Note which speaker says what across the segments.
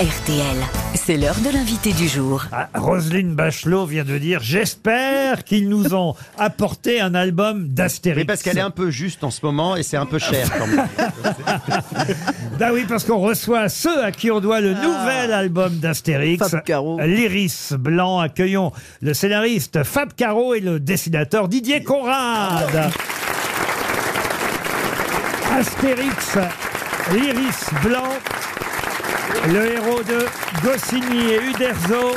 Speaker 1: RTL. C'est l'heure de l'invité du jour.
Speaker 2: Ah, Roselyne Bachelot vient de dire J'espère qu'ils nous ont apporté un album d'Astérix.
Speaker 3: Mais parce qu'elle est un peu juste en ce moment et c'est un peu cher quand même.
Speaker 2: Bah oui, parce qu'on reçoit ceux à qui on doit le nouvel album d'Astérix.
Speaker 4: Ah. Fab Caro.
Speaker 2: L'Iris Blanc. Accueillons le scénariste Fab Caro et le dessinateur Didier Conrad. Astérix, l'Iris Blanc, le héros de Goscinny et Uderzo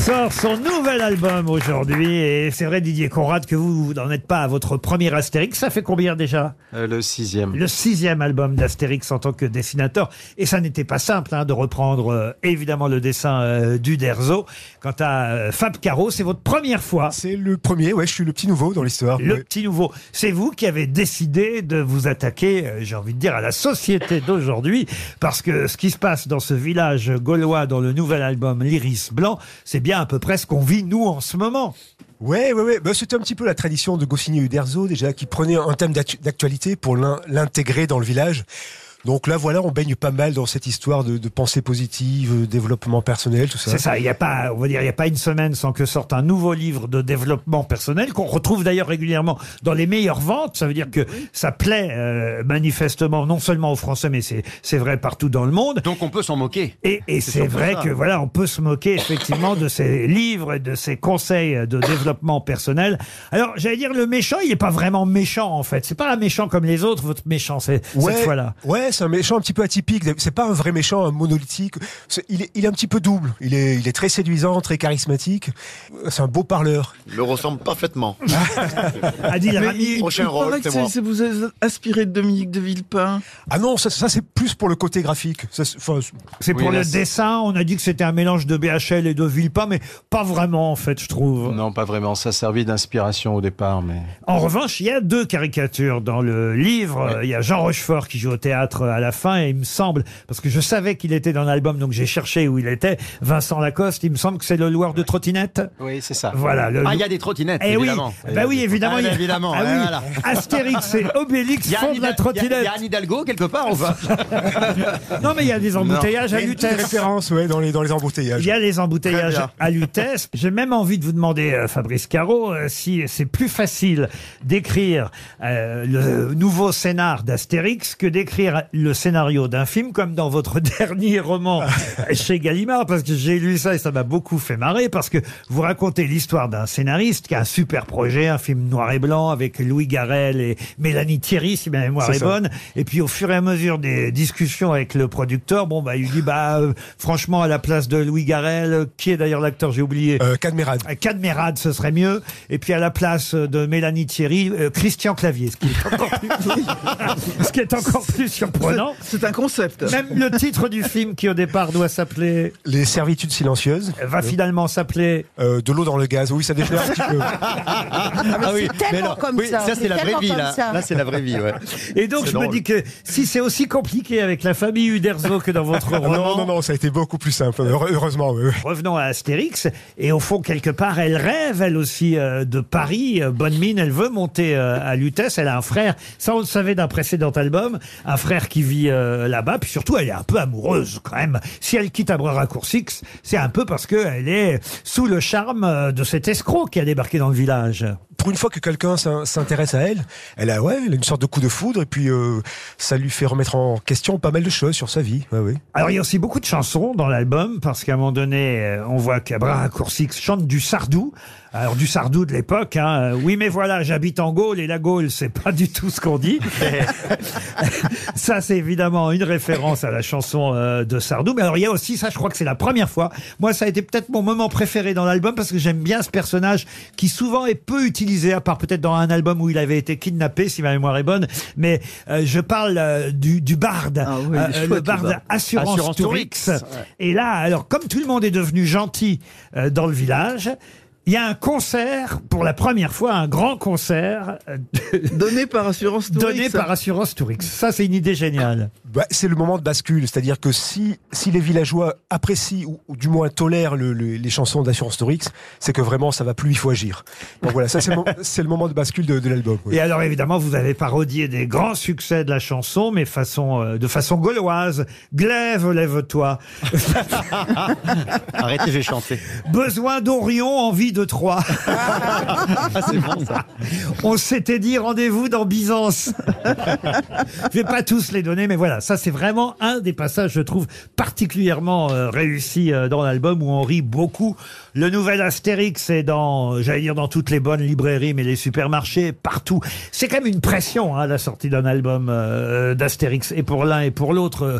Speaker 2: sort son nouvel album aujourd'hui et c'est vrai Didier Conrad que vous, vous n'en êtes pas à votre premier Astérix, ça fait combien déjà
Speaker 3: le sixième.
Speaker 2: le sixième album d'Astérix en tant que dessinateur. Et ça n'était pas simple hein, de reprendre euh, évidemment le dessin euh, d'Uderzo. Quant à euh, Fab Caro, c'est votre première fois.
Speaker 5: C'est le premier, ouais, je suis le petit nouveau dans l'histoire.
Speaker 2: Le
Speaker 5: ouais.
Speaker 2: petit nouveau, c'est vous qui avez décidé de vous attaquer, euh, j'ai envie de dire, à la société d'aujourd'hui, parce que ce qui se passe dans ce village gaulois dans le nouvel album L'Iris Blanc, c'est bien à peu près ce qu'on vit nous en ce moment.
Speaker 5: Ouais, ouais, ouais. Bah, c'était un petit peu la tradition de Goscinny et Uderzo, déjà, qui prenait un thème d'actu- d'actualité pour l'in- l'intégrer dans le village. Donc là, voilà, on baigne pas mal dans cette histoire de, de pensée positive, euh, développement personnel, tout ça.
Speaker 2: C'est ça, il n'y a pas, on va dire, il n'y a pas une semaine sans que sorte un nouveau livre de développement personnel qu'on retrouve d'ailleurs régulièrement dans les meilleures ventes. Ça veut dire que ça plaît euh, manifestement non seulement aux Français, mais c'est c'est vrai partout dans le monde.
Speaker 3: Donc on peut s'en moquer.
Speaker 2: Et, et
Speaker 3: C'est
Speaker 2: c'est
Speaker 3: surtout
Speaker 2: vrai
Speaker 3: ça.
Speaker 2: que voilà, on peut se moquer effectivement de ces livres et de ces conseils de développement personnel. Alors j'allais dire le méchant, il n'est pas vraiment méchant en fait. C'est pas un méchant comme les autres. Votre méchant, c'est
Speaker 5: Ouais,
Speaker 2: cette fois-là.
Speaker 5: ouais, c'est un méchant un petit peu atypique. C'est pas un vrai méchant, un monolithique. C'est- il, est, il est un petit peu double. Il est, il est très séduisant, très charismatique. C'est un beau parleur.
Speaker 6: me ressemble parfaitement.
Speaker 2: Adil
Speaker 4: Mais
Speaker 2: Rami,
Speaker 4: il-
Speaker 6: Prochain
Speaker 4: il
Speaker 6: rôle,
Speaker 4: paraît que
Speaker 6: c'est moi.
Speaker 4: c'est- c'est- vous êtes inspiré de Dominique de Villepin.
Speaker 5: Ah non, ça, ça, c'est plus pour le côté graphique. Ça, c'est- enfin, c'est-
Speaker 2: C'est
Speaker 3: Oui,
Speaker 2: pour
Speaker 3: là,
Speaker 2: le
Speaker 3: c'est-
Speaker 2: dessin, on a dit que c'était un mélange de BHL et de Villepin, mais pas vraiment en fait, je trouve.
Speaker 7: Non, pas vraiment. Ça servit d'inspiration au départ, mais.
Speaker 2: En revanche, il y a deux caricatures dans le livre.
Speaker 7: Ouais.
Speaker 2: Euh, Il y a Jean Rochefort qui joue au théâtre à la fin, et il me semble, parce que je savais qu'il était dans l'album, donc j'ai cherché où il était, Vincent Lacoste, il me semble que c'est le loueur de trottinette.
Speaker 7: Oui, c'est ça.
Speaker 2: Voilà, le...
Speaker 3: Ah, il y a des trottinettes,
Speaker 2: Eh oui,
Speaker 3: évidemment.
Speaker 2: bah oui, évidemment.
Speaker 3: Ah,
Speaker 2: il y a-
Speaker 3: évidemment,
Speaker 2: Ah
Speaker 3: ouais,
Speaker 2: oui.
Speaker 3: voilà.
Speaker 2: Astérix et Obélix
Speaker 3: Il y a
Speaker 2: font
Speaker 3: Anne
Speaker 2: de la
Speaker 3: Hidal- il y a- il
Speaker 2: trottinette. Ah,
Speaker 3: y a Anne Hidalgo quelque part ou pas
Speaker 2: Non, mais il y a des embouteillages à
Speaker 5: Il y a une petite
Speaker 2: Lutèce.
Speaker 5: référence, ouais, dans les, dans les
Speaker 2: Il
Speaker 5: embouteillages.
Speaker 2: y a les
Speaker 3: Très
Speaker 2: embouteillages
Speaker 3: bien.
Speaker 2: à Lutèce. J'ai même envie de vous demander, euh, Fabrice Caro, euh, si c'est plus facile d'écrire euh, le nouveau scénar d'Astérix que d'écrire le scénario d'un film, comme dans votre dernier roman chez Gallimard, parce que j'ai lu ça et ça m'a beaucoup fait marrer, parce que vous racontez l'histoire d'un scénariste qui a un super projet, un film noir et blanc avec Louis Garrel et Mélanie Thierry, si ma mémoire
Speaker 5: C'est
Speaker 2: est,
Speaker 5: ça.
Speaker 2: bonne. Et puis au fur et à mesure des discussions avec le producteur, bon bah il dit bah euh, franchement à la place de Louis Garrel, euh, qui est d'ailleurs l'acteur, j'ai oublié.
Speaker 5: Euh, Cadmerade.
Speaker 2: euh, Cadmerade, ce serait mieux. Et puis à la place euh, de Mélanie Thierry, euh, Christian Clavier, ce qui est encore plus, ce qui est encore plus surprenant.
Speaker 4: C'est un concept.
Speaker 2: bah Même le titre du film qui au départ doit s'appeler,
Speaker 5: Les servitudes silencieuses.
Speaker 2: va finalement s'appeler
Speaker 5: Euh, de l'eau dans le gaz. Oui, ça déclare un petit peu.
Speaker 3: Ah oui,
Speaker 8: tellement
Speaker 3: mais alors-
Speaker 8: comme
Speaker 3: oui,
Speaker 8: ça,
Speaker 3: c'est
Speaker 8: c'est
Speaker 3: la vraie
Speaker 8: tellement
Speaker 3: vie,
Speaker 8: comme
Speaker 3: là.
Speaker 8: ça.
Speaker 3: Là, c'est la vraie vie, ouais.
Speaker 2: Et donc,
Speaker 3: C'est
Speaker 2: je me
Speaker 3: drôle.
Speaker 2: dis que si c'est aussi compliqué avec la famille Uderzo que dans votre roman,
Speaker 5: Ah non, non, non, ça a été beaucoup plus simple. Heure- Heureusement, oui. oui.
Speaker 2: revenons à Astérix, et au fond, quelque part, elle rêve, elle aussi, euh, de Paris. Euh, bonne mine, elle veut monter euh, à Lutèce. Elle a un frère, ça on le savait d'un précédent album, un frère qui vit euh, là-bas. Puis surtout, elle est un peu amoureuse quand même. Si elle quitte Abra Raccourcix, c'est un peu parce qu'elle est sous le charme euh, de cet escroc qui a débarqué dans le village.
Speaker 5: Pour une fois que quelqu'un s'in- s'intéresse à elle, elle a, ouais, elle a une sorte de coup de foudre et puis euh, ça lui fait remettre en question pas mal de choses sur sa vie. Ouais, oui.
Speaker 2: Alors, il y a aussi beaucoup de chansons dans l'album, parce qu'à un moment donné, euh, on voit qu'Abra Coursix chante du sardou. Alors, du sardou de l'époque, hein. Euh, Oui, mais voilà, j'habite en Gaule, et la Gaule, c'est pas du tout ce qu'on dit. ça, c'est évidemment une référence à la chanson euh, de Sardou. Mais alors, il y a aussi, ça, je crois que c'est la première fois. Moi, ça a été peut-être mon moment préféré dans l'album, parce que j'aime bien ce personnage qui souvent est peu utilisé, à part peut-être dans un album où il avait été kidnappé, si ma mémoire est bonne. Mais euh, je parle euh, du, du barde. Euh,
Speaker 4: Ah oui, il est chouette,
Speaker 2: le
Speaker 4: le
Speaker 2: barde
Speaker 4: barde.
Speaker 2: Assurance,
Speaker 3: Assurance
Speaker 2: Tourix.
Speaker 3: Tourix,
Speaker 2: Et là, alors, comme tout le monde est devenu gentil euh, dans le village, il y a un concert, pour la première fois, un grand concert euh,
Speaker 4: Donné par Assurance Tourix.
Speaker 2: donné par Assurance Tourix. Ça, c'est une idée géniale.
Speaker 5: bah, c'est le moment de bascule. C'est-à-dire que si, si les villageois apprécient ou, ou du moins tolèrent le- le- les chansons d'Assurance Torix, c'est que vraiment ça va plus, il faut agir. Donc voilà, ça c'est le, mo- c'est le moment de bascule de, de l'album. oui.
Speaker 2: Et alors évidemment, vous avez parodié des grands succès de la chanson, mais façon, euh, de façon gauloise. Glaive, lève-toi.
Speaker 3: Arrêtez, j'ai chanté.
Speaker 2: Besoin d'Orion, envie de Troie. On s'était dit rendez-vous dans Byzance. je vais pas tous les donner, mais voilà, ça c'est vraiment un des passages, je trouve, particulièrement euh, réussi euh, dans l'album où on rit beaucoup. Le nouvel Astérix est dans, euh, j'allais dire, dans toutes les bonnes librairies, mais les supermarchés, partout. C'est quand même une pression, hein, la sortie d'un album euh, d'Astérix, et pour l'un et pour l'autre. euh,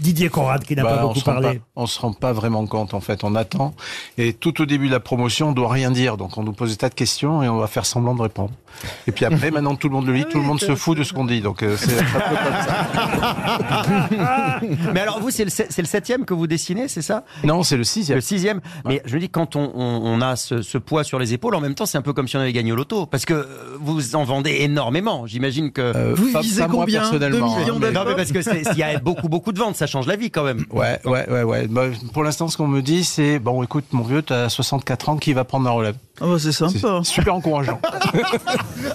Speaker 2: Didier Conrad qui n'a
Speaker 7: Bah,
Speaker 2: pas
Speaker 7: on
Speaker 2: beaucoup
Speaker 7: se rend
Speaker 2: parlé.
Speaker 7: pas- on se rend pas vraiment compte, en fait. On attend. Et tout au début de la promotion, on doit rien dire. Donc, on nous pose des tas de questions et on va faire semblant de répondre. Et puis après, maintenant, tout le monde le lit, tout le monde se fout de ce qu'on dit. Donc, euh, c'est un peu comme ça.
Speaker 3: Mais alors, vous, c'est le, se- c'est le septième que vous dessinez, c'est ça
Speaker 7: Non, c'est le sixième.
Speaker 3: Le sixième. Mais je me dis, quand on, on- on a ce, ce poids sur les épaules, en même temps, c'est un peu comme si on avait gagné au loto. Parce que euh, vous en vendez énormément. J'imagine que.
Speaker 7: Euh,
Speaker 4: Vous
Speaker 7: pas-
Speaker 4: visez
Speaker 7: pas moi
Speaker 4: combien Deux
Speaker 7: personnellement,
Speaker 4: millions
Speaker 7: hein,
Speaker 4: d'euros
Speaker 7: mais-
Speaker 3: non, mais parce que c'est- s'il y a beaucoup, beaucoup de ventes, ça change la vie quand même.
Speaker 7: Ouais, ouais, ouais, ouais. Bah, pour l'instant, ce qu'on me dit, c'est bon, écoute, mon vieux, t'as 64 ans, qui va prendre la relève
Speaker 4: Ah bah, c'est
Speaker 7: C'est
Speaker 4: sympa.
Speaker 7: super encourageant.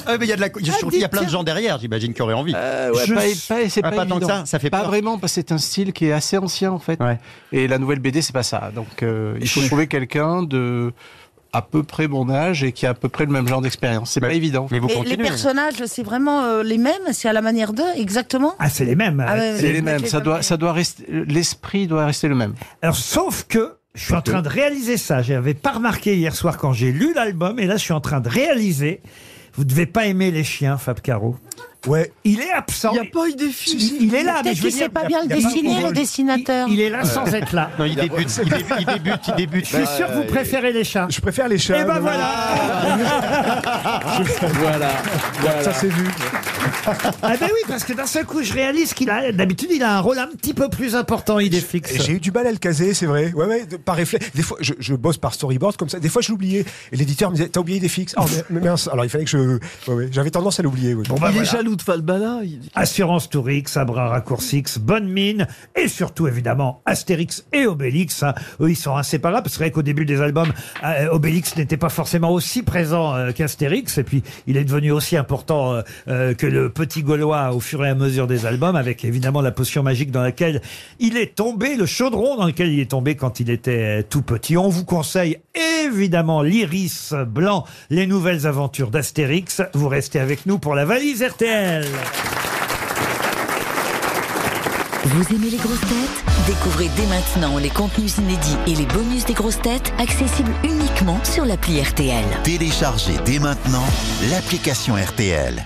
Speaker 3: Ah, mais il y a de la. je suis sûr qu'il y a plein de gens derrière, j'imagine, qui auraient envie.
Speaker 2: Je
Speaker 7: Euh, pas,
Speaker 2: sais-
Speaker 7: pas- c'est
Speaker 3: Ah,
Speaker 7: pas,
Speaker 3: pas tant
Speaker 7: évident.
Speaker 3: que ça, ça fait
Speaker 7: pas
Speaker 3: peur.
Speaker 7: vraiment parce que c'est un style qui est assez ancien en fait.
Speaker 3: Ouais.
Speaker 7: Et la nouvelle BD, c'est pas ça. Donc euh, il faut
Speaker 2: Je-
Speaker 7: trouver quelqu'un de à peu près mon âge et qui a à peu près le même genre d'expérience. C'est pas évident.
Speaker 3: Mais vous
Speaker 6: Et les
Speaker 3: continuez.
Speaker 6: personnages, c'est vraiment euh, les mêmes C'est à la manière d'eux, exactement
Speaker 2: Ah, c'est les mêmes.
Speaker 6: Ah ouais, ouais.
Speaker 7: C'est
Speaker 6: les
Speaker 7: les mêmes.
Speaker 6: mêmes.
Speaker 7: Ça doit, ça doit rester. L'esprit doit rester le même.
Speaker 2: Alors, sauf que je suis en train de réaliser ça. Je n'avais pas remarqué hier soir quand j'ai lu l'album, et là, je suis en train de réaliser. Vous ne devez pas aimer les chiens, Fab Caro.
Speaker 5: Ouais,
Speaker 2: Il est absent.
Speaker 4: Il n'y a pas eu des filles.
Speaker 2: Il est là, mais
Speaker 6: Peut-être
Speaker 2: je veux
Speaker 6: qu'il ne
Speaker 2: dire,
Speaker 6: sait pas bien le
Speaker 2: il y a pas-
Speaker 6: dessiner, le dessinateur.
Speaker 2: Il, il est là sans être là.
Speaker 3: Non, il débute, il débute, il débute, il débute.
Speaker 2: Je suis sûr que vous préférez les chats.
Speaker 5: Bah, je préfère les chats.
Speaker 2: Et ben
Speaker 5: mais-
Speaker 2: voilà
Speaker 7: Voilà.
Speaker 5: Ça c'est vu.
Speaker 2: Ah ben oui, parce que d'un seul coup, je réalise qu'il a... D'habitude, il a un rôle un petit peu plus important, il est fixe.
Speaker 5: Et J'ai eu du mal à le caser, c'est vrai. Ouais, ouais, de- par réflexe. Des fois, je, je bosse par storyboard comme ça. Des fois, je l'oubliais. Et l'éditeur me disait T'as oublié des fixes Ah, mais- mais mince. Alors, il fallait que je. ouais, ouais, J'avais tendance à l'oublier. ouais.
Speaker 2: Bon, ben
Speaker 4: il
Speaker 2: voilà.
Speaker 4: est jaloux de Falbala. il-
Speaker 2: Assurance Tourix, Abra Raccourcix, Bonne Mine et surtout évidemment Astérix et Obélix. hein. Eux, ils sont inséparables parce que c'est vrai qu'au début des albums, euh, Obélix n'était pas forcément aussi présent euh, qu'Astérix et puis il est devenu aussi important euh, euh, que le petit Gaulois au fur et à mesure des albums avec évidemment la potion magique dans laquelle il est tombé, le chaudron dans lequel il est tombé quand il était euh, tout petit. On vous conseille évidemment l'Iris Blanc, les nouvelles aventures d'Astérix. Vous restez avec nous pour la valise RTL.
Speaker 1: Vous aimez les grosses têtes Découvrez dès maintenant les contenus inédits et les bonus des grosses têtes accessibles uniquement sur l'appli RTL.
Speaker 8: Téléchargez dès maintenant l'application RTL.